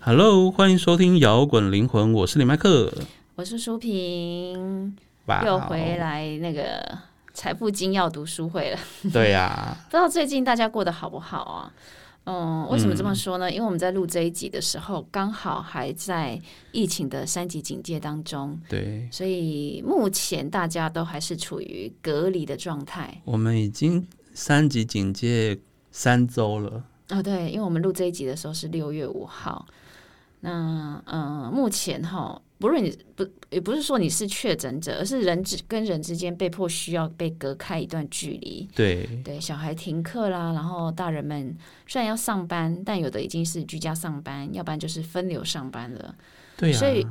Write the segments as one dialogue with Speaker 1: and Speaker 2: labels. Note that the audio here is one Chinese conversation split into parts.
Speaker 1: Hello，欢迎收听摇滚灵魂，我是李麦克。
Speaker 2: 我是舒平，
Speaker 1: 哇哦
Speaker 2: 又回，来那个财富经要读书会了。
Speaker 1: 对啊呀、
Speaker 2: 不知道最近大家过得好不好啊？嗯，为什么这么说呢？因为我们在录这一集的时候，刚好还在疫情的三级警戒当中，
Speaker 1: 对，
Speaker 2: 所以目前大家都还是处于隔离的状态。
Speaker 1: 我们已经三级警戒三周了，
Speaker 2: 哦，对，因为我们录这一集的时候是六月五号。那嗯、呃目前哈，不论你不也不是说你是确诊者，而是人之跟人之间被迫需要被隔开一段距离。
Speaker 1: 对，
Speaker 2: 对，小孩停课啦，然后大人们虽然要上班，但有的已经是居家上班，要不然就是分流上班了。
Speaker 1: 对呀、啊
Speaker 2: 所以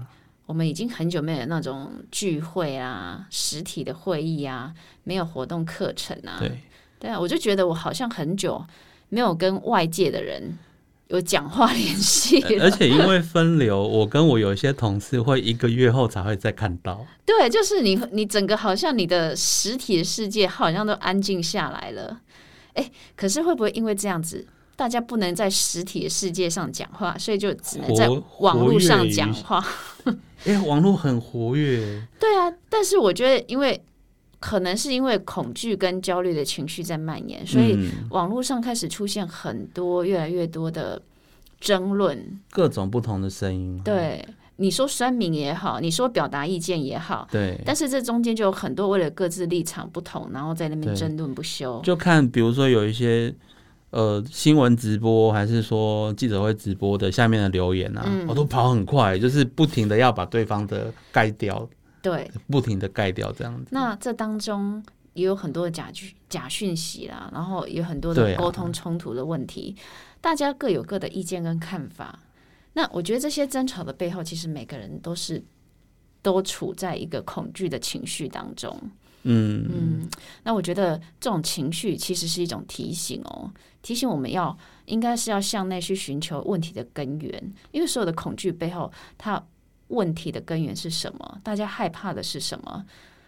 Speaker 2: 我们已经很久没有那种聚会啊、实体的会议啊，没有活动课程啊。
Speaker 1: 对，
Speaker 2: 对啊，我就觉得我好像很久没有跟外界的人有讲话联系
Speaker 1: 呃
Speaker 2: 了。
Speaker 1: 而且因为分流，我跟我有一些同事会一个月后才会再看到，
Speaker 2: 对，就是你，你整个好像你的实体的世界好像都安静下来了。哎，可是会不会因为这样子，大家不能在实体的世界上讲话，所以就只能在
Speaker 1: 活
Speaker 2: 网
Speaker 1: 活跃
Speaker 2: 络上
Speaker 1: 于
Speaker 2: 讲话？
Speaker 1: 哎、网络很活跃，
Speaker 2: 对啊，但是我觉得，因为可能是因为恐惧跟焦虑的情绪在蔓延，所以
Speaker 1: 嗯、
Speaker 2: 网络上开始出现很多越来越多的争论。
Speaker 1: 各种不同的声音，
Speaker 2: 对，你说酸民也好，你说表达意见也好，
Speaker 1: 对，
Speaker 2: 但是这中间就有很多为了各自立场不同，然后在那边
Speaker 1: 对
Speaker 2: 争论不休。
Speaker 1: 就看比如说有一些。呃，新闻直播还是说记者会直播的下面的留言啊，我、
Speaker 2: 嗯
Speaker 1: 都跑很快，就是不停的要把对方的盖掉，
Speaker 2: 对，
Speaker 1: 不停的盖掉这样子。
Speaker 2: 那这当中也有很多的假讯假讯息啦，然后有很多
Speaker 1: 对
Speaker 2: 的
Speaker 1: 啊
Speaker 2: 沟通冲突的问题，大家各有各的意见跟看法。那我觉得这些争吵的背后，其实每个人都是都处在一个恐惧的情绪当中。
Speaker 1: 嗯，
Speaker 2: 嗯，那我觉得这种情绪其实是一种提醒哦，提醒我们要应该是要向内去寻求问题的根源，因为所有的恐惧背后，它问题的根源是什么？大家害怕的是什么？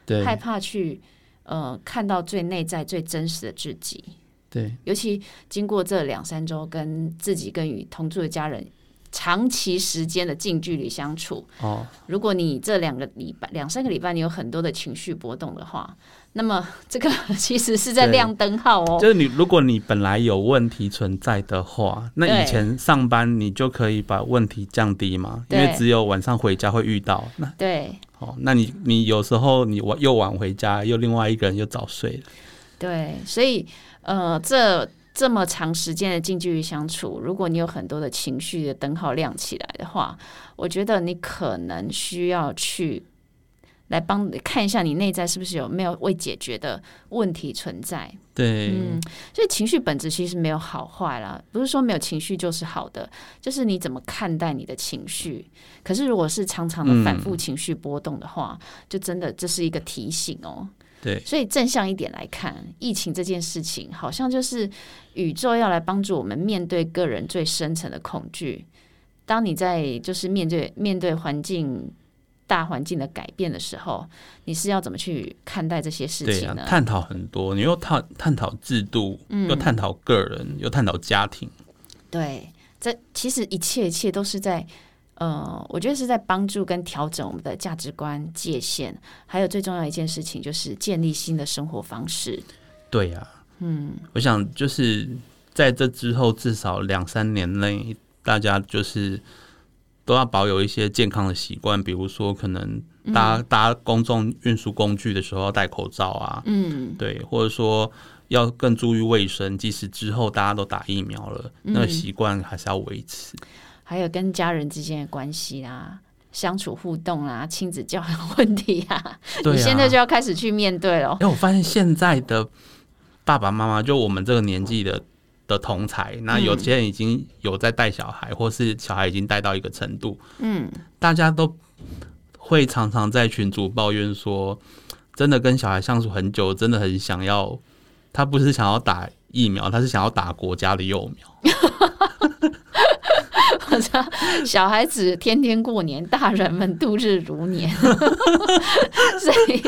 Speaker 1: 对
Speaker 2: 害怕去呃看到最内在、最真实的自己。
Speaker 1: 对
Speaker 2: 尤其经过这两三周跟自己跟与同住的家人长期时间的近距离相处，
Speaker 1: 哦，
Speaker 2: 如果你这两个礼拜、两三个礼拜你有很多的情绪波动的话，那么这个 其实是在
Speaker 1: 对
Speaker 2: 亮灯号哦。
Speaker 1: 就是你如果你本来有问题存在的话，那
Speaker 2: 对
Speaker 1: 以前上班你就可以把问题降低嘛，因
Speaker 2: 对
Speaker 1: 为只有晚上回家会遇到。那
Speaker 2: 对
Speaker 1: 哦，那你你有时候你晚又晚回家，又另外一个人又早睡了。
Speaker 2: 对，所以呃，这这么长时间的近距离相处，如果你有很多的情绪的灯号亮起来的话，我觉得你可能需要去来帮看一下你内在是不是有没有未解决的问题存在。
Speaker 1: 对，
Speaker 2: 嗯，所以情绪本质其实没有好坏啦，不是说没有情绪就是好的，就是你怎么看待你的情绪。可是如果是常常的反复情绪波动的话，就真的这是一个提醒哦。
Speaker 1: 对
Speaker 2: 所以正向一点来看，疫情这件事情好像就是宇宙要来帮助我们面对个人最深层的恐惧。当你在就是面对面对环境大环境的改变的时候，你是要怎么去看待这些事
Speaker 1: 对
Speaker 2: 情嗯
Speaker 1: 啊，
Speaker 2: 呢？
Speaker 1: 探讨很多，你又探探讨制度，又探讨个人，又探讨家庭。
Speaker 2: 对，这其实一切一切都是在，呃，我觉得是在帮助跟调整我们的价值观界限，还有最重要一件事情就是建立新的生活方式。
Speaker 1: 对呀、
Speaker 2: 啊
Speaker 1: 嗯，我想就是在这之后至少两三年内，大家就是都要保有一些健康的习惯，比如说可能
Speaker 2: 嗯
Speaker 1: 搭、搭公众运输工具的时候要戴口罩啊，
Speaker 2: 嗯，
Speaker 1: 对，或者说要更注意卫生。即使之后大家都打疫苗了，
Speaker 2: 嗯
Speaker 1: 那个习惯还是要维持。
Speaker 2: 还有跟家人之间的关系啦。相处互动啦、亲子教养问题啊，
Speaker 1: 对、啊，
Speaker 2: 你现在就要开始去面对了。
Speaker 1: 哎、我发现现在的爸爸妈妈，就我们这个年纪的的同才，那
Speaker 2: 嗯
Speaker 1: 有些人已经有在带小孩，或是小孩已经带到一个程度，
Speaker 2: 嗯，
Speaker 1: 大家都会常常在群组抱怨说，真的跟小孩相处很久，真的很想要，他不是想要打疫苗，他是想要打国家的幼苗。
Speaker 2: 着小孩子天天过年，大人们度日如年， 所以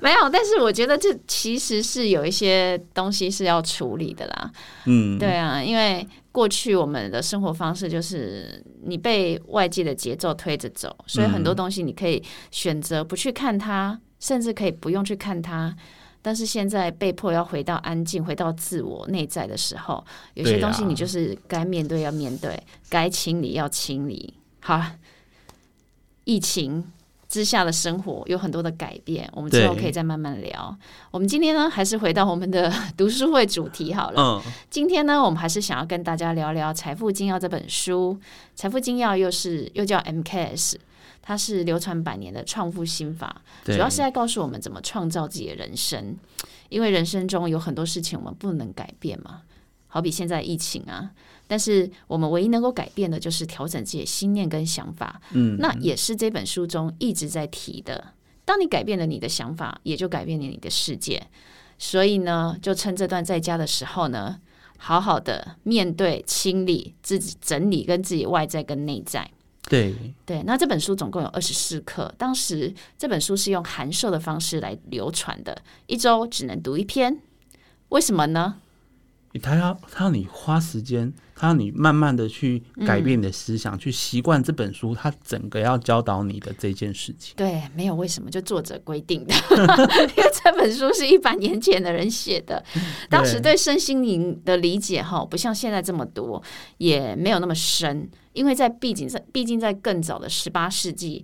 Speaker 2: 没有。但是我觉得这其实是有一些东西是要处理的啦。
Speaker 1: 嗯，
Speaker 2: 对啊，因为过去我们的生活方式就是你被外界的节奏推着走，所以很
Speaker 1: 嗯
Speaker 2: 多嗯啊东西你可以选择不去看它，甚至可以不用去
Speaker 1: 嗯
Speaker 2: 看它。但是现在被迫要回到安静、回到自我内在的时候，有些
Speaker 1: 对啊
Speaker 2: 东西你就是该面对要面对，该清理要清理。好了，疫情之下的生活有很多的改变，我们之后
Speaker 1: 对
Speaker 2: 可以再慢慢聊。我们今天呢，还是回到我们的读书会主题好了。
Speaker 1: 嗯，
Speaker 2: 今天呢，我们还是想要跟大家聊聊《财富精要》这本书。《财富精要》又是又叫 MKS，它是流传百年的创富心法，主
Speaker 1: 对，
Speaker 2: 要是在告诉我们怎么创造自己的人生。因为人生中有很多事情我们不能改变嘛，好比现在疫情啊，但是我们唯一能够改变的就是调整自己的心念跟想法。
Speaker 1: 嗯，
Speaker 2: 那也是这本书中一直在提的。当你改变了你的想法，也就改变了你的世界。所以呢，就趁这段在家的时候呢，好好的面对、清理自己、整理跟自己外在跟内在。
Speaker 1: 对，
Speaker 2: 对，那这本书总共有二十四课，当时这本书是用函授的方式来流传的，一周只能读一篇。为什么呢？
Speaker 1: 他要他要你花时间，他要你慢慢的去改变你的思想，去习惯这本书它整个要教导你的这件事情。
Speaker 2: 对，没有为什么，就作者规定的，因为这本书是一百年前的人写的，当时对身心灵的理解哈，不像现在这么多，也没有那么深，因为在毕竟在毕竟在更早的十八世纪。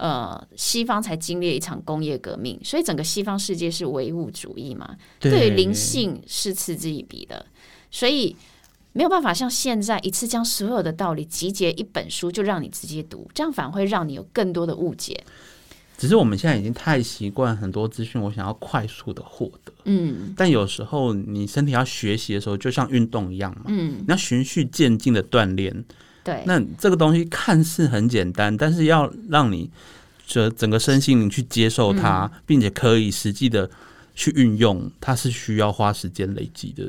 Speaker 2: 呃，西方才经历了一场工业革命，所以整个西方世界是唯物主义嘛，对于灵性是嗤之以鼻的，所以没有办法像现在一次将所有的道理集结一本书就让你直接读，这样反而会让你有更多的误解。
Speaker 1: 只是我们现在已经太习惯很多资讯，我想要快速的获得。
Speaker 2: 嗯，
Speaker 1: 但有时候你身体要学习的时候，就像运动一样嘛，嗯，你要循序渐进的锻炼。
Speaker 2: 对，
Speaker 1: 那这个东西看似很简单，但是要让你这整个身心灵去接受它，
Speaker 2: 嗯
Speaker 1: 并且可以实际的去运用，它是需要花时间累积的。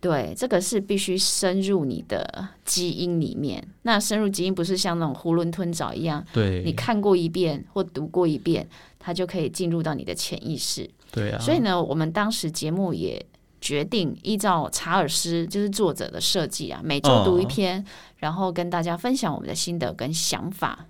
Speaker 2: 对，这个是必须深入你的基因里面。那深入基因不是像那种囫囵吞枣一样，你
Speaker 1: 对，
Speaker 2: 看过一遍或读过一遍，它就可以进入到你的潜意识。
Speaker 1: 对啊，
Speaker 2: 所以呢，我们当时节目也决定依照查尔斯就是作者的设计啊，每周
Speaker 1: 哦
Speaker 2: 读一篇，然后跟大家分享我们的心得跟想法。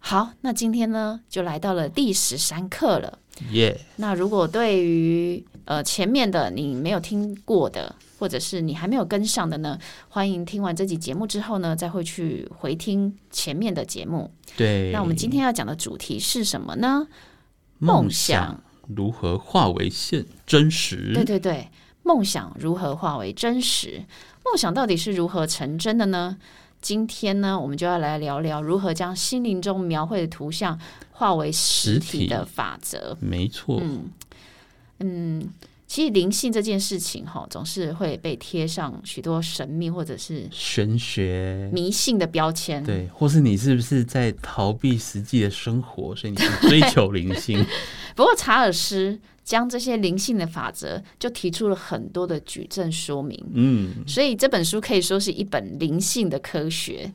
Speaker 2: 好，那今天呢，就来到了第十三课了。
Speaker 1: 耶、
Speaker 2: 那如果对于呃前面的你没有听过的，或者是你还没有跟上的呢，欢迎听完这集节目之后呢，再会去回听前面的节目。
Speaker 1: 对。
Speaker 2: 那我们今天要讲的主题是什么呢？
Speaker 1: 梦
Speaker 2: 想
Speaker 1: 想如何化为现真实？
Speaker 2: 对对对，梦想如何化为真实？梦想到底是如何成真的呢？今天呢，我们就要来聊聊如何将心灵中描绘的图像化为实
Speaker 1: 实
Speaker 2: 体
Speaker 1: 体
Speaker 2: 的法则。
Speaker 1: 没错，
Speaker 2: 嗯其实灵性这件事情哈，总是会被贴上许多神秘或者是
Speaker 1: 玄学。
Speaker 2: 迷信的标签。
Speaker 1: 对，或是你是不是在逃避实际的生活，所以你去追求灵 性？
Speaker 2: 不过查尔斯将这些灵性的法则就提出了很多的举证说明，
Speaker 1: 嗯，
Speaker 2: 所以这本书可以说是一本灵性的科学。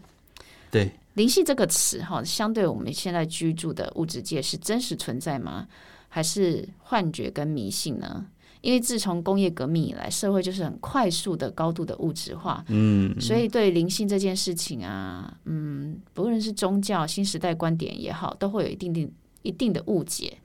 Speaker 1: 对，
Speaker 2: 灵性这个词哈，相对我们现在居住的物质界是真实存在吗？还是幻觉跟迷信呢？因为自从工业革命以来，社会就是很快速的、高度的物质化，
Speaker 1: 嗯，
Speaker 2: 所以对灵性这件事情啊，嗯，不论是宗教、新时代观点也好，都会有一定定一定的误解。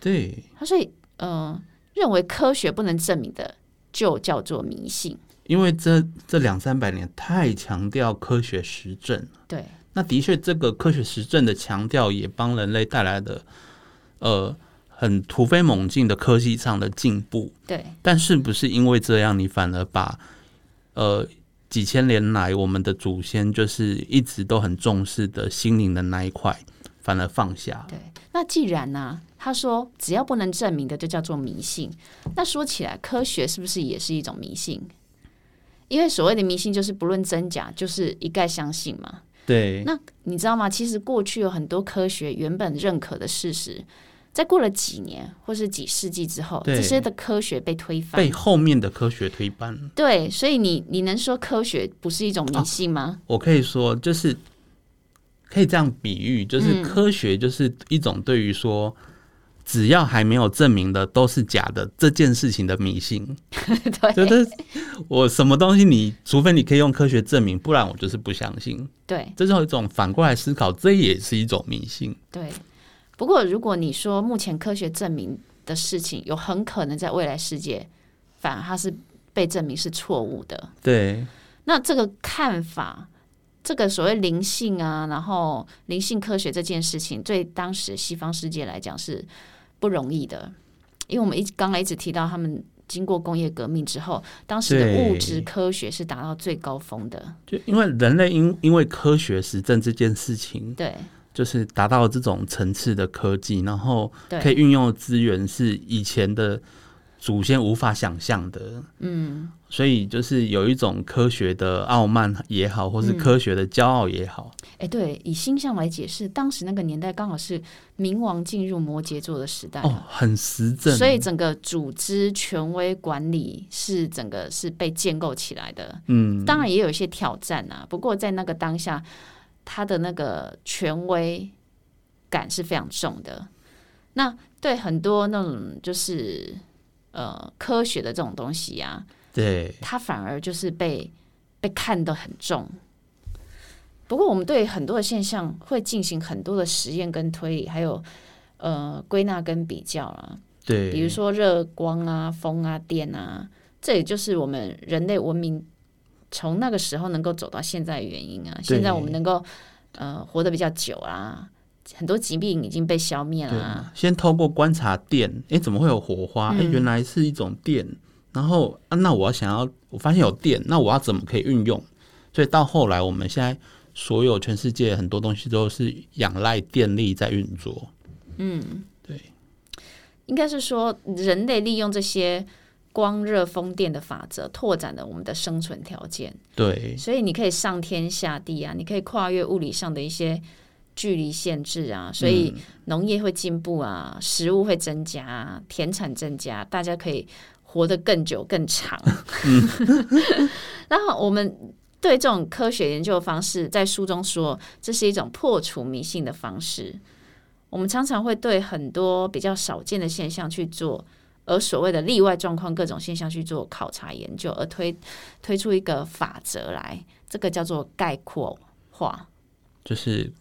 Speaker 1: 对，
Speaker 2: 它所以，嗯、认为科学不能证明的，就叫做迷信。
Speaker 1: 因为这这两三百年太强调科学实证了，
Speaker 2: 对，
Speaker 1: 那的确这个科学实证的强调也帮人类带来的呃很突飞猛进的科技上的进步，
Speaker 2: 对，
Speaker 1: 但是不是因为这样，你反而把呃几千年来我们的祖先就是一直都很重视的心灵的那一块，反而放下？
Speaker 2: 对，那既然呢、他说只要不能证明的就叫做迷信，那说起来，科学是不是也是一种迷信？因为所谓的迷信就是不论真假，就是一概相信嘛。
Speaker 1: 对，
Speaker 2: 那你知道吗？其实过去有很多科学原本认可的事实，在过了几年或是几世纪之后，
Speaker 1: 对
Speaker 2: 这些的科学被推翻。
Speaker 1: 被后面的科学推翻。
Speaker 2: 对，所以你你能说科学不是一种迷信吗？
Speaker 1: 我可以说，就是可以这样比喻，就是科学就是一种对于说。只要还没有证明的都是假的这件事情的迷信，觉
Speaker 2: 对
Speaker 1: 得我什么东西你，除非你可以用科学证明，不然我就是不相信。
Speaker 2: 对
Speaker 1: 这是一种反过来思考，这也是一种迷信。
Speaker 2: 对。不过，如果你说目前科学证明的事情，有很可能在未来世界，反而它是被证明是错误的。
Speaker 1: 对，
Speaker 2: 那这个看法，这个所谓灵性啊，然后灵性科学这件事情，对当时西方世界来讲是不容易的，因为我们一直刚才一直提到他们。经过工业革命之后，当时的
Speaker 1: 对
Speaker 2: 物质科学是达到最高峰的。
Speaker 1: 就因为人类因因为科学实证这件事情，
Speaker 2: 对
Speaker 1: 就是达到这种层次的科技，然后
Speaker 2: 对
Speaker 1: 可以运用的资源是以前的祖先无法想象的。嗯，所以就是有一种科学的傲慢也好，或是科学的骄傲也好。
Speaker 2: 哎，嗯对，以星象来解释，当时那个年代刚好是冥王进入摩羯座的时代，
Speaker 1: 哦，很实证，
Speaker 2: 所以整个组织权威管理是整个是被建构起来的。
Speaker 1: 嗯，
Speaker 2: 当然也有一些挑战啊，不过在那个当下，他的那个权威感是非常重的。那对很多那种就是呃科学的这种东西啊，
Speaker 1: 对，
Speaker 2: 它反而就是被被看得很重。不过，我们对很多的现象会进行很多的实验跟推理，还有呃归纳跟比较啊，
Speaker 1: 对，
Speaker 2: 比如说热光啊、风啊、电啊，这也就是我们人类文明从那个时候能够走到现在的原因啊。
Speaker 1: 对
Speaker 2: 现在我们能够呃活得比较久啊，很多疾病已经被消灭了、
Speaker 1: 对
Speaker 2: 啊。，
Speaker 1: 先透过观察电，诶，怎么会有火花？诶，原来是一种电。然后啊，那我要想要，我发现有电，那我要怎么可以运用？所以到后来，我们现在所有全世界很多东西都是仰赖电力在运作。
Speaker 2: 应该是说人类利用这些光热风电的法则，拓展了我们的生存条件。
Speaker 1: 对，
Speaker 2: 所以你可以上天下地啊，你可以跨越物理上的一些距离限制啊，所以农业会进步啊，食物会增加啊，田产增加，大家可以活得更久更长。 然后我们。对这种科学研究方式，在书中说，这是一种破除迷信的方式。我们常常会对很多比较少见的现象去做，而所谓的例外状况、各种现象去做考察研究，而推推出一个法则来，这个叫做概括化。
Speaker 1: 就是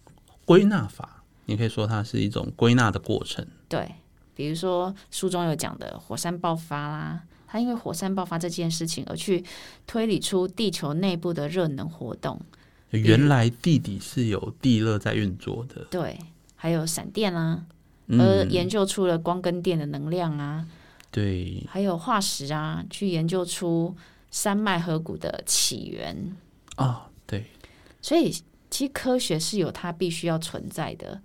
Speaker 1: 归纳法，你可以说它是一种归纳的过程。
Speaker 2: 对，比如说书中有讲的火山爆发啦，它因为火山爆发这件事情而去推理出地球内部的热能活动，
Speaker 1: 原来地底是有地热在运作的。
Speaker 2: 对，还有闪电啦，而
Speaker 1: 嗯，
Speaker 2: 研究出了光跟电的能量啊，
Speaker 1: 对，
Speaker 2: 还有化石啊，去研究出山脉河谷的起源。
Speaker 1: 哦，对，
Speaker 2: 所以，其实科学是有它必须要存在的。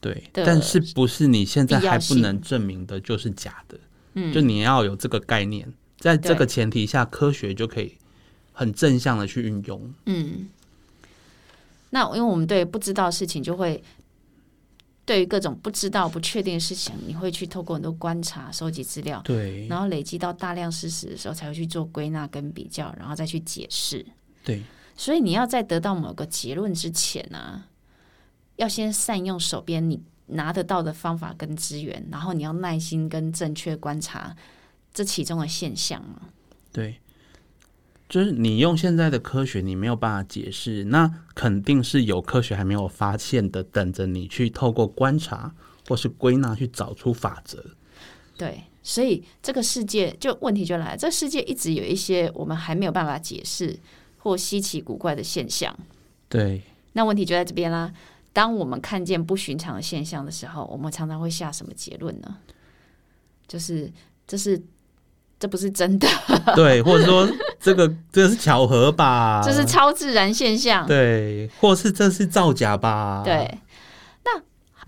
Speaker 1: 对，
Speaker 2: 的
Speaker 1: 但是不是你现在
Speaker 2: 必要
Speaker 1: 还不
Speaker 2: 性
Speaker 1: 能证明的，就是假的。嗯，就你要有这个概念，在这
Speaker 2: 对
Speaker 1: 个前提下，科学就可以很正向的去运用。
Speaker 2: 那因为我们对不知道的事情，就会对于各种不知道、不确定的事情，你会去透过很多观察、收集资料，
Speaker 1: 对，
Speaker 2: 然后累积到大量事实的时候，才会去做归纳跟比较，然后再去解释。
Speaker 1: 对，
Speaker 2: 所以你要在得到某个结论之前呢、要先善用手边你拿得到的方法跟资源，然后你要耐心跟正确观察这其中的现象嘛。
Speaker 1: 对，就是你用现在的科学，你没有办法解释，那肯定是有科学还没有发现的，等着你去透过观察或是归纳去找出法则。
Speaker 2: 对，所以这个世界就问题就来了，这个世界一直有一些我们还没有办法解释或稀奇古怪的现象。
Speaker 1: 对，
Speaker 2: 那问题就在这边啦。当我们看见不寻常的现象的时候，我们常常会下什么结论呢？就是这是这不是真的，
Speaker 1: 对，或者说这个这是巧合吧？
Speaker 2: 这是超自然现象。
Speaker 1: 对，或是这是造假吧？
Speaker 2: 对，那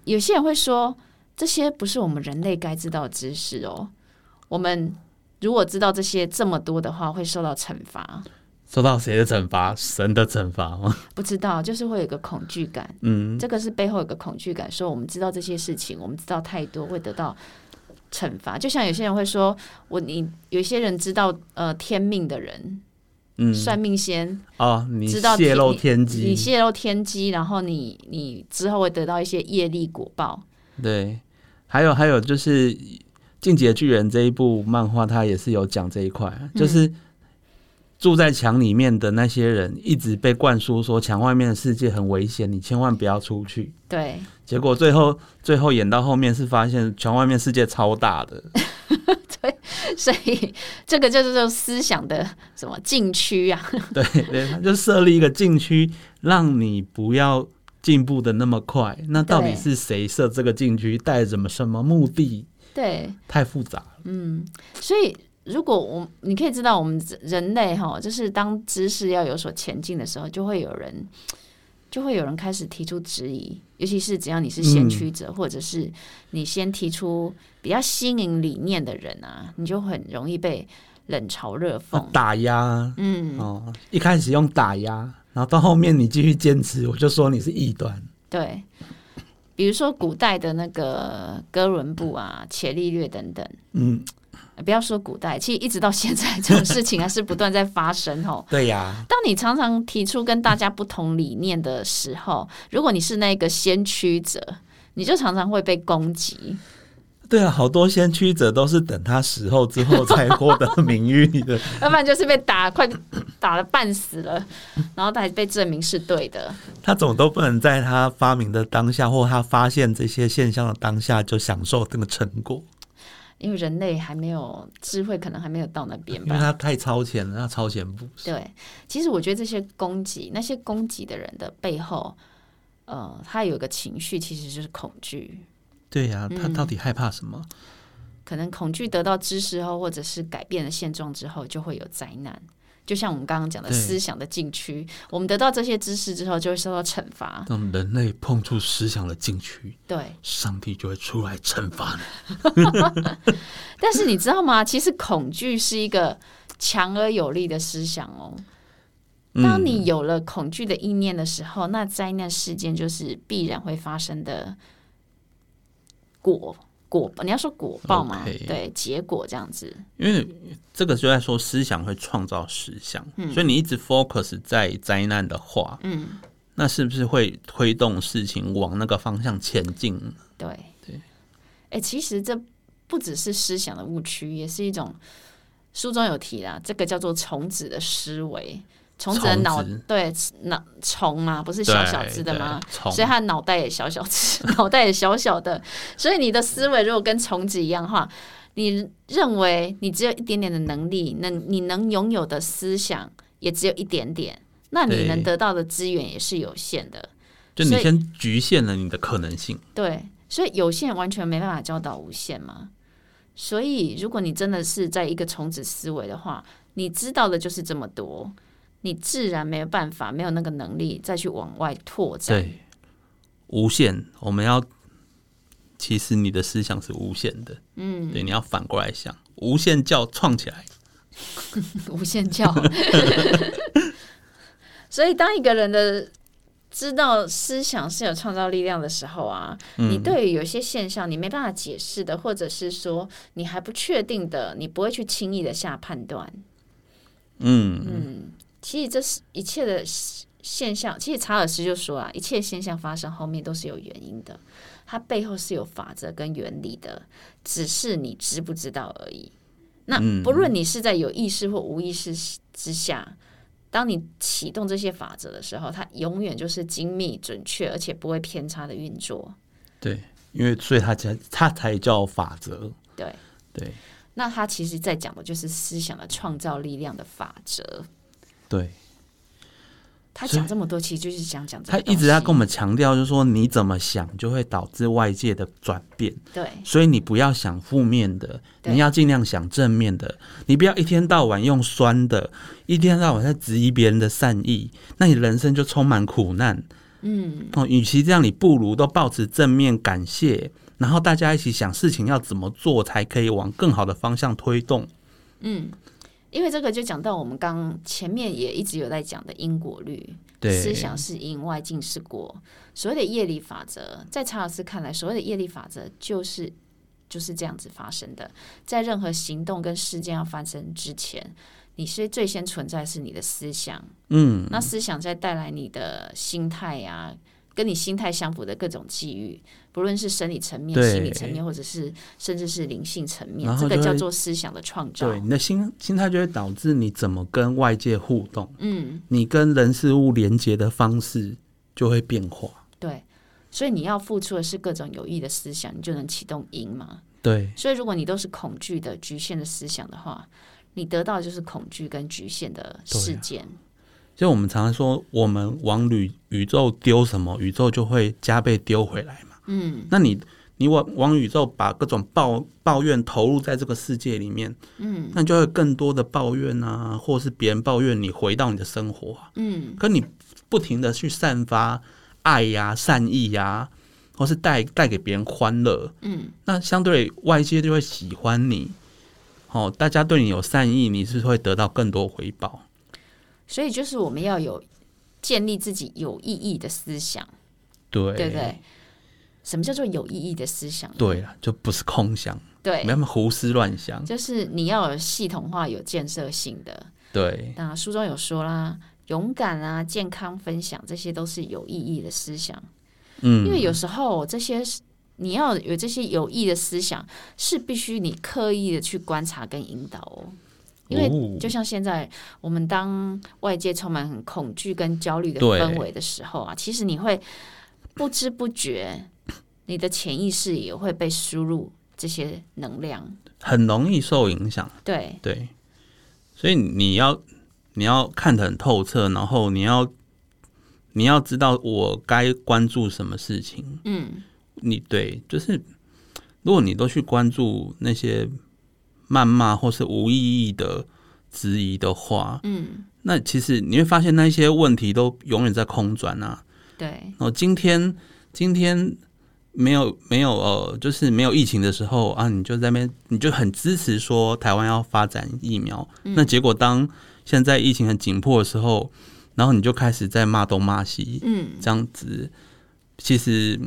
Speaker 2: 有些人会说，这些不是我们人类该知道的知识哦。我们如果知道这些这么多的话，会受到惩罚。
Speaker 1: 受到谁的惩罚？神的惩罚吗？
Speaker 2: 不知道，就是会有一个恐惧感。
Speaker 1: 嗯，
Speaker 2: 这个是背后有一个恐惧感，说我们知道这些事情，我们知道太多会得到惩罚。就像有些人会说，我你有些人知道呃天命的人，
Speaker 1: 嗯，
Speaker 2: 算命先，
Speaker 1: 哦，你
Speaker 2: 知道
Speaker 1: 泄露
Speaker 2: 你
Speaker 1: 天
Speaker 2: 你
Speaker 1: 机，
Speaker 2: 泄露天机，然后你你之后会得到一些业力果报。
Speaker 1: 对，还有还有就是《进击的巨人》这一部漫画，它也是有讲这一块，啊
Speaker 2: 嗯
Speaker 1: 就是住在墙里面的那些人一直被灌输说墙外面的世界很危险，你千万不要出去。
Speaker 2: 对，
Speaker 1: 结果最后最后演到后面是发现墙外面世界超大的，
Speaker 2: 所以这个就是这种思想的什么禁区啊，
Speaker 1: 对对，它就设立一个禁区，让你不要。进步的那么快，那到底
Speaker 2: 对
Speaker 1: 是谁设这个禁区，带着什么什么目的？
Speaker 2: 对，
Speaker 1: 太复杂了。
Speaker 2: 所以。如果我你可以知道，我们人类哈，就是当知识要有所前进的时候，就会有人，就会有人开始提出质疑，尤其是只要你是先驱者，或者是你先提出比较新颖理念的人啊，你就很容易被冷嘲热讽。
Speaker 1: 打压，哦嗯，哦，一开始用打压，然后到后面你继续坚持，我就说你是异端，
Speaker 2: 对，比如说古代的那个哥伦布啊、伽利略等等，
Speaker 1: 嗯，
Speaker 2: 呃不要说古代，其实一直到现在这种事情还是不断在发生哦。
Speaker 1: 对呀，
Speaker 2: 当你常常提出跟大家不同理念的时候，如果你是那个先驱者，你就常常会被攻击。
Speaker 1: 对啊，好多先驱者都是等他死后之后才获 得名誉的，
Speaker 2: 要不然就是被打，快打的半死了，然后他还被证明是对的。
Speaker 1: 他总都不能在他发明的当下或他发现这些现象的当下就享受这个成果，
Speaker 2: 因为人类还没有智慧，可能还没有到那边
Speaker 1: 因
Speaker 2: 吧
Speaker 1: 为。他太超前了，他超前部署，
Speaker 2: 对，其实我觉得这些攻击，那些攻击的人的背后，呃，他有一个情绪，其实就是恐惧，
Speaker 1: 对呀、他
Speaker 2: 嗯
Speaker 1: 到底害怕什么？
Speaker 2: 可能恐惧得到知识后，或者是改变了现状之后，就会有灾难。就像我们刚刚讲的
Speaker 1: 对
Speaker 2: 思想的禁区，我们得到这些知识之后，就会受到惩罚。
Speaker 1: 让人类碰触思想的禁区，
Speaker 2: 对，
Speaker 1: 上帝就会出来惩罚你。
Speaker 2: 但是你知道吗？其实恐惧是一个强而有力的思想哦。
Speaker 1: 嗯
Speaker 2: 当你有了恐惧的意念的时候，那灾难事件就是必然会发生的果果，你要说果报嘛
Speaker 1: OK
Speaker 2: 对，结果这样子，
Speaker 1: 嗯因为这个就在说思想会创造实相，
Speaker 2: 嗯
Speaker 1: 所以你一直 focus 在灾难的话，嗯，那是不是会推动事情往那个方向前进？
Speaker 2: 对对。哎、其实这不只是思想的误区，也是一种书中有提啦，这个叫做虫子的思维。虫子的脑
Speaker 1: 虫子
Speaker 2: 对脑虫嘛，不是小小只的吗？
Speaker 1: 对？从
Speaker 2: 所以他的脑袋也小小只，脑袋也小小的。所以你的思维如果跟虫子一样的话，你认为你只有一点点的能力，那你能拥有的思想也只有一点点，那你
Speaker 1: 对
Speaker 2: 能得到的资源也是有限的。
Speaker 1: 就你
Speaker 2: 所以
Speaker 1: 先局限了你的可能性，
Speaker 2: 对，所以有限完全没办法教导无限嘛。所以，如果你真的是在一个虫子思维的话，你知道的就是这么多，你自然没有办法，没有那个能力再去往外拓展。
Speaker 1: 对，无限。我们要，其实你的思想是无限的，嗯，对，你要反过来想，无限叫创起来，
Speaker 2: 无限教。所以，当一个人的知道思想是有创造力量的时候啊，
Speaker 1: 嗯
Speaker 2: 你对于有些现象你没办法解释的，或者是说你还不确定的，你不会去轻易的下判断。
Speaker 1: 嗯，
Speaker 2: 其实，这是一切的现象。其实查尔斯就说啊，一切现象发生后面都是有原因的，它背后是有法则跟原理的，只是你知不知道而已。那
Speaker 1: 嗯
Speaker 2: 不论你是在有意识或无意识之下，当你启动这些法则的时候，它永远就是精密、准确，而且不会偏差的运作。
Speaker 1: 对，因为所以它才它才叫法则，
Speaker 2: 对，
Speaker 1: 对
Speaker 2: 那它其实在讲的就是思想的创造力量的法则。
Speaker 1: 对。
Speaker 2: 他讲这么多，其实就是想讲这
Speaker 1: 他
Speaker 2: 个
Speaker 1: 一直在
Speaker 2: 东
Speaker 1: 跟我们强调，就是说你怎么想就会导致外界的转变，
Speaker 2: 西对
Speaker 1: 所以你不要想负面的，
Speaker 2: 对
Speaker 1: 你要尽量想正面的，你不要一天到晚用酸的，一天到晚在质疑别人的善意，那你人生就充满苦难。嗯，哦，与其这样，你不如都保持正面感谢，然后大家一起想事情要怎么做才可以往更好的方向推动。
Speaker 2: 因为这个就讲到我们刚前面也一直有在讲的因果律，
Speaker 1: 对
Speaker 2: 思想是因，外境是果。所谓的业力法则，在查尔斯看来，所谓的业力法则就是就是这样子发生的。在任何行动跟事件要发生之前，你是最先存在是你的思想，
Speaker 1: 嗯，
Speaker 2: 那思想再带来你的心态呀、跟你心态相符的各种际遇，不论是生理层面、
Speaker 1: 对
Speaker 2: 心理层面，或者是甚至是灵性层面
Speaker 1: 然，后
Speaker 2: 这个
Speaker 1: 就会
Speaker 2: 叫做思想的创造
Speaker 1: 对，。你的心心态就会导致你怎么跟外界互动，
Speaker 2: 嗯，
Speaker 1: 你跟人事物连接的方式就会变化。
Speaker 2: 对。所以你要付出的是各种有益的思想，你就能启动因嘛。
Speaker 1: 对，
Speaker 2: 所以如果你都是恐惧的、局限的思想的话，你得到的就是恐惧跟局限的
Speaker 1: 对啊
Speaker 2: 事件。
Speaker 1: 就我们常常说，我们往宇宇宙丢什么，宇宙就会加倍丢回来嘛。嗯，那你你往往宇宙把各种抱抱怨投入在这个世界里面，嗯，那你就会有更多的抱怨啊，或是别人抱怨你回到你的生活啊。
Speaker 2: 嗯，
Speaker 1: 可你不停的去散发爱呀、善意呀、或是带带给别人欢乐，
Speaker 2: 嗯，
Speaker 1: 那相对外界就会喜欢你。哦，大家对你有善意，你是会得到更多回报。
Speaker 2: 所以就是我们要有建立自己有意义的思想，
Speaker 1: 对
Speaker 2: 对不对？什么叫做有意义的思想呢？
Speaker 1: 对啦，就不是空想，
Speaker 2: 嗯对
Speaker 1: 没那么胡思乱想。
Speaker 2: 就是你要有系统化、有建设性的。
Speaker 1: 对，
Speaker 2: 那书中有说啦，勇敢啊、健康分享，这些都是有意义的思想。因
Speaker 1: 嗯，
Speaker 2: 为有时候这些是你要有这些有益的思想，是必须你刻意的去观察跟引导哦。因为
Speaker 1: 哦
Speaker 2: 就像现在，我们当外界充满很恐惧跟焦虑的
Speaker 1: 对
Speaker 2: 氛围的时候啊，其实你会不知不觉，你的潜意识也会被输入这些能量。
Speaker 1: 很容易受影响。
Speaker 2: 对，
Speaker 1: 对，所以你要你要看得很透彻，然后你要你要知道我该关注什么事情。
Speaker 2: 嗯，
Speaker 1: 你对，就是如果你都去关注那些谩骂或是无意义的质疑的话，
Speaker 2: 嗯，
Speaker 1: 那其实你会发现那些问题都永远在空转啊。
Speaker 2: 对，
Speaker 1: 哦，今天今天没有没有呃，就是没有疫情的时候啊，你就在那边你就很支持说台湾要发展疫苗，那结果当现在疫情很紧迫的时候，然后你就开始在骂东骂西，
Speaker 2: 嗯，
Speaker 1: 这样子其实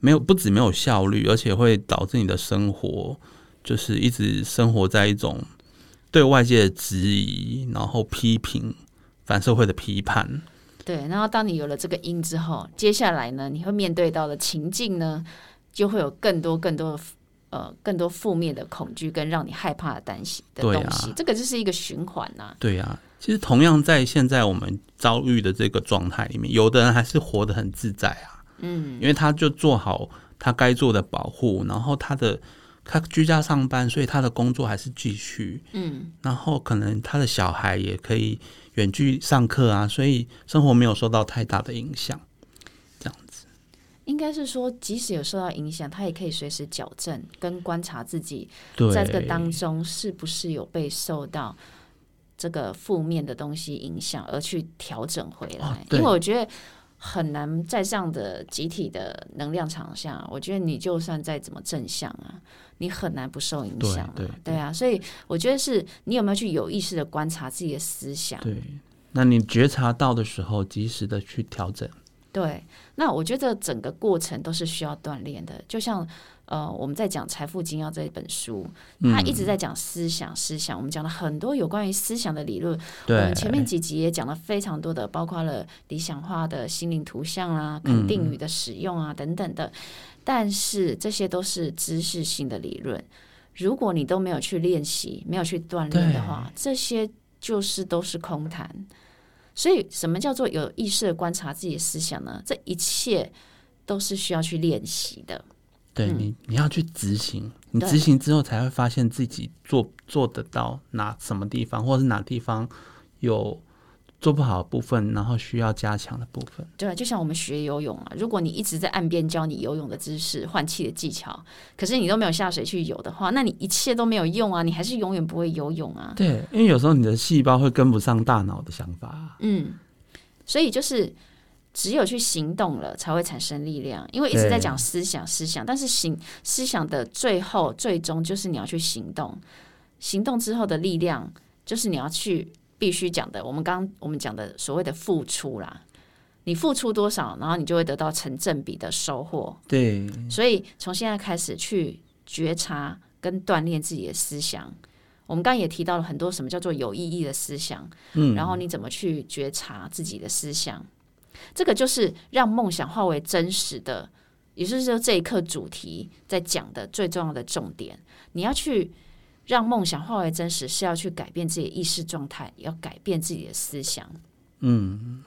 Speaker 1: 没有不止没有效率，而且会导致你的生活就是一直生活在一种对外界的质疑，然后批评反社会的批判。
Speaker 2: 对。然后当你有了这个因之后，接下来呢，你会面对到的情境呢，就会有更多更多的呃更多负面的恐惧跟让你害怕的担心的
Speaker 1: 对
Speaker 2: 东
Speaker 1: 啊
Speaker 2: 西。这个就是一个循环啊呐、
Speaker 1: 对呀、其实同样在现在我们遭遇的这个状态里面，有的人还是活得很自在啊，嗯，因为他就做好他该做的保护，然后他的他居家上班，所以他的工作还是继续，
Speaker 2: 嗯，
Speaker 1: 然后可能他的小孩也可以远距上课啊，所以生活没有受到太大的影响，这样子，
Speaker 2: 应该是说，即使有受到影响，他也可以随时矫正跟观察自己
Speaker 1: 对，
Speaker 2: 在这个当中是不是有被受到这个负面的东西影响，而去调整回来。
Speaker 1: 哦
Speaker 2: 因
Speaker 1: 对
Speaker 2: 为我觉得很难在这样的集体的能量场下，我觉得你就算再怎么正向啊，你很难不受影响、啊。
Speaker 1: 对对
Speaker 2: 啊，所以我觉得是你有没有去有意识的观察自己的思想。
Speaker 1: 对，那你觉察到的时候，及时的去调整，
Speaker 2: 对，那我觉得整个过程都是需要锻炼的，就像呃我们在讲《财富精要》这一本书，
Speaker 1: 嗯
Speaker 2: 它一直在讲思想，思想，我们讲了很多有关于思想的理论。我
Speaker 1: 对
Speaker 2: 们，前面几集也讲了非常多的，包括了理想化的心灵图像啊、肯定语的使用啊、等等的，但是这些都是知识性的理论。如果你都没有去练习、没有去锻炼的话，这些就是都是空谈。所以，什么叫做有意识的观察自己的思想呢？这一切都是需要去练习的。
Speaker 1: 对你，你要去执行，你
Speaker 2: 嗯对
Speaker 1: 执行之后才会发现自己做做得到哪什么地方，或者是哪地方有做不好的部分，然后需要加强的部分。
Speaker 2: 对啊，就像我们学游泳啊，如果你一直在岸边教你游泳的知识、换气的技巧，可是你都没有下水去游的话，那你一切都没有用啊，你还是永远不会游泳啊。
Speaker 1: 对，因为有时候你的细胞会跟不上大脑的想法。啊
Speaker 2: 嗯，所以就是只有去行动了，才会产生力量。因为一直在
Speaker 1: 对
Speaker 2: 讲思想、思想，但是行思想的最后最终就是你要去行动，行动之后的力量就是你要去必须讲的，我们刚我们讲的所谓的付出啦。你付出多少，然后你就会得到成正比的收获。
Speaker 1: 对，
Speaker 2: 所以从现在开始去觉察跟锻炼自己的思想，我们刚刚也提到了很多什么叫做有意义的思想，嗯，然后你怎么去觉察自己的思想，这个就是让梦想化为真实的，也就是说这一课主题在讲的最重要的重点。你要去让梦想化为真实，是要去改变自己的意识状态，要改变自己的思想。
Speaker 1: 嗯，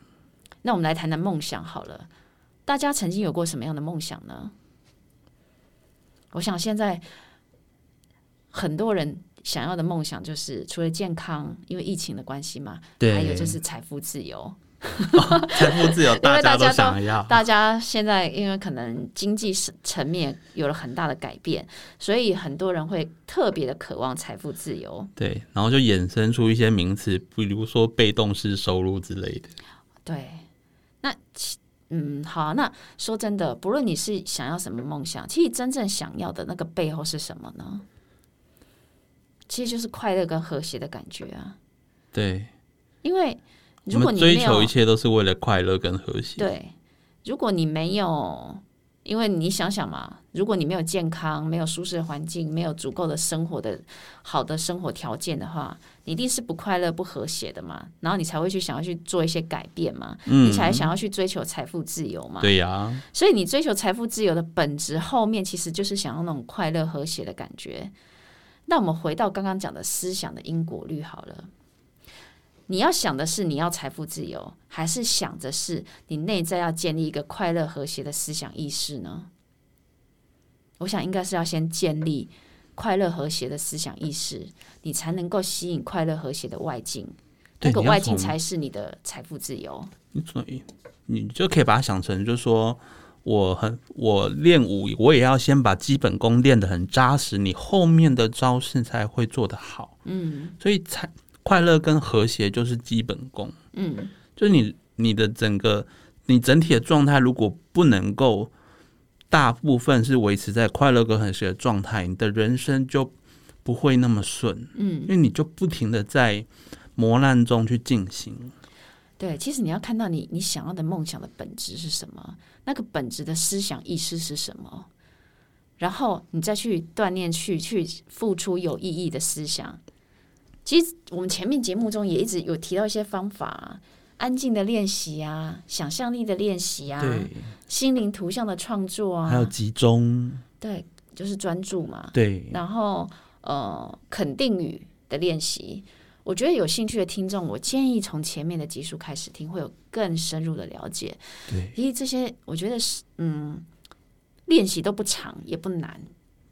Speaker 2: 那我们来谈谈梦想好了，大家曾经有过什么样的梦想呢？我想现在很多人想要的梦想就是除了健康，因为疫情的关系嘛，
Speaker 1: 对，
Speaker 2: 还有就是财富自由。
Speaker 1: 财富自由，大家都想要，
Speaker 2: 大家现在因为可能经济层面有了很大的改变，所以很多人会特别的渴望财富自由。
Speaker 1: 对，然后就衍生出一些名词，比如说被动式收入之类的。
Speaker 2: 对，那其嗯，好啊、那说真的，不论你是想要什么梦想，其实真正想要的那个背后是什么呢？其实就是快乐跟和谐的感觉啊。
Speaker 1: 对，
Speaker 2: 因为
Speaker 1: 我
Speaker 2: 如果
Speaker 1: 们
Speaker 2: 你
Speaker 1: 追
Speaker 2: 没
Speaker 1: 求
Speaker 2: 有
Speaker 1: 一切都是为了快乐跟和谐。
Speaker 2: 对，如果你没有，因为你想想嘛，如果你没有健康、没有舒适的环境、没有足够的生活的好的生活条件的话，你一定是不快乐、不和谐的嘛。然后你才会去想要去做一些改变嘛，你才想要去追求财富自由嘛。
Speaker 1: 对呀、
Speaker 2: 所以你追求财富自由的本质后面，其实就是想要那种快乐和谐的感觉。那我们回到刚刚讲的思想的因果律好了。你要想的是你要财富自由，还是想着是你内在要建立一个快乐和谐的思想意识呢？我想应该是要先建立快乐和谐的思想意识，你才能够吸引快乐和谐的外境，
Speaker 1: 对
Speaker 2: 那个
Speaker 1: 你要
Speaker 2: 外境
Speaker 1: 从
Speaker 2: 才是你的财富自由。
Speaker 1: 你所以你就可以把它想成，就是说我很我练武，我也要先把基本功练得很扎实，你后面的招式才会做得好。嗯，所以才快乐跟和谐就是基本功。
Speaker 2: 嗯，
Speaker 1: 就是你你的整个你整体的状态，如果不能够大部分是维持在快乐跟和谐的状态，你的人生就不会那么顺。嗯，因为你就不停的在磨难中去进行。
Speaker 2: 对，
Speaker 1: 嗯
Speaker 2: 其实你要看到你你想要的梦想的本质是什么，那个本质的思想意识是什么，然后你再去锻炼去去付出有意义的思想。其实我们前面节目中也一直有提到一些方法啊、安静的练习啊、想象力的练习啊、
Speaker 1: 对。
Speaker 2: 心灵图像的创作
Speaker 1: 还有
Speaker 2: 啊，
Speaker 1: 集中，
Speaker 2: 对，就是专注嘛。
Speaker 1: 对，
Speaker 2: 然后呃，肯定语的练习。我觉得有兴趣的听众，我建议从前面的集数开始听，会有更深入的了解。
Speaker 1: 对，
Speaker 2: 因为这些我觉得是嗯，练习都不长也不难，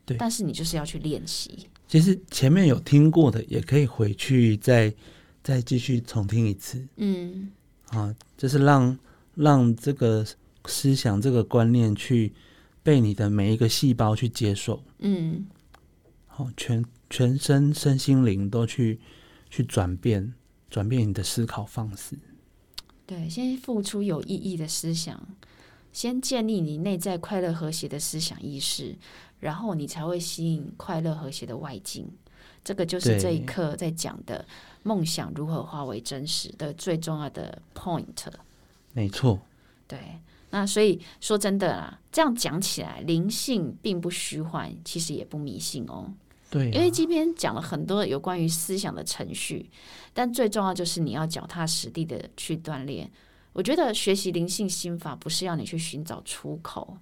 Speaker 1: 对
Speaker 2: 但是你就是要去练习。
Speaker 1: 其实前面有听过的，也可以回去再再继续重听一次
Speaker 2: 嗯，
Speaker 1: 啊，就是让让这个思想、这个观念去被你的每一个细胞去接受，
Speaker 2: 嗯，
Speaker 1: 好、全全身身心灵都去去转变，转变你的思考方式。
Speaker 2: 对，先付出有意义的思想，先建立你内在快乐和谐的思想意识，然后你才会吸引快乐和谐的外境。这个就是
Speaker 1: 对
Speaker 2: 这一课在讲的梦想如何化为真实的最重要的 point。
Speaker 1: 没错，
Speaker 2: 对，那所以说真的啦，这样讲起来，灵性并不虚幻，其实也不迷信哦。
Speaker 1: 对、
Speaker 2: 因
Speaker 1: 啊，
Speaker 2: 为这边讲了很多呃有关于思想的程序，但最重要就是你要脚踏实地的去锻炼。我觉得学习灵性心法不是要你去寻找出口，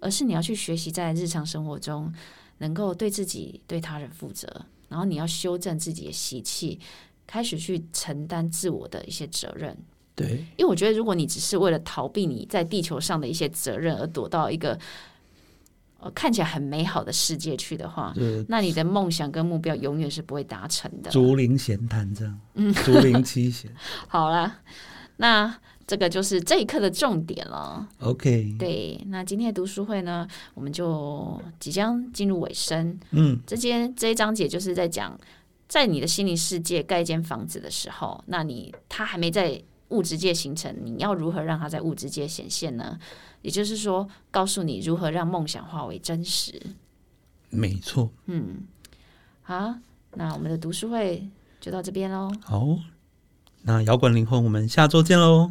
Speaker 2: 而是你要去学习在日常生活中能够对自己、对他人负责，然后你要修正自己的习气，开始去承担自我的一些责任。
Speaker 1: 对，
Speaker 2: 因为我觉得，如果你只是为了逃避你在地球上的一些责任而躲到一个呃看起来很美好的世界去的话，
Speaker 1: 就是
Speaker 2: 那你的梦想跟目标永远是不会达成的。
Speaker 1: 竹林闲谈这样，嗯，竹林七 贤
Speaker 2: 好啦，那这个就是这一课的重点了。
Speaker 1: ，OK，
Speaker 2: 对，那今天的读书会呢，我们就即将进入尾声。
Speaker 1: 嗯，
Speaker 2: 这间这一章节就是在讲，在你的心灵世界盖一间房子的时候，那你它还没在物质界形成，你要如何让它在物质界显现呢？也就是说，告诉你如何让梦想化为真实。嗯
Speaker 1: 没错，
Speaker 2: 好，那我们的读书会就到这边喽，
Speaker 1: 好，那摇滚灵魂，我们下周见喽，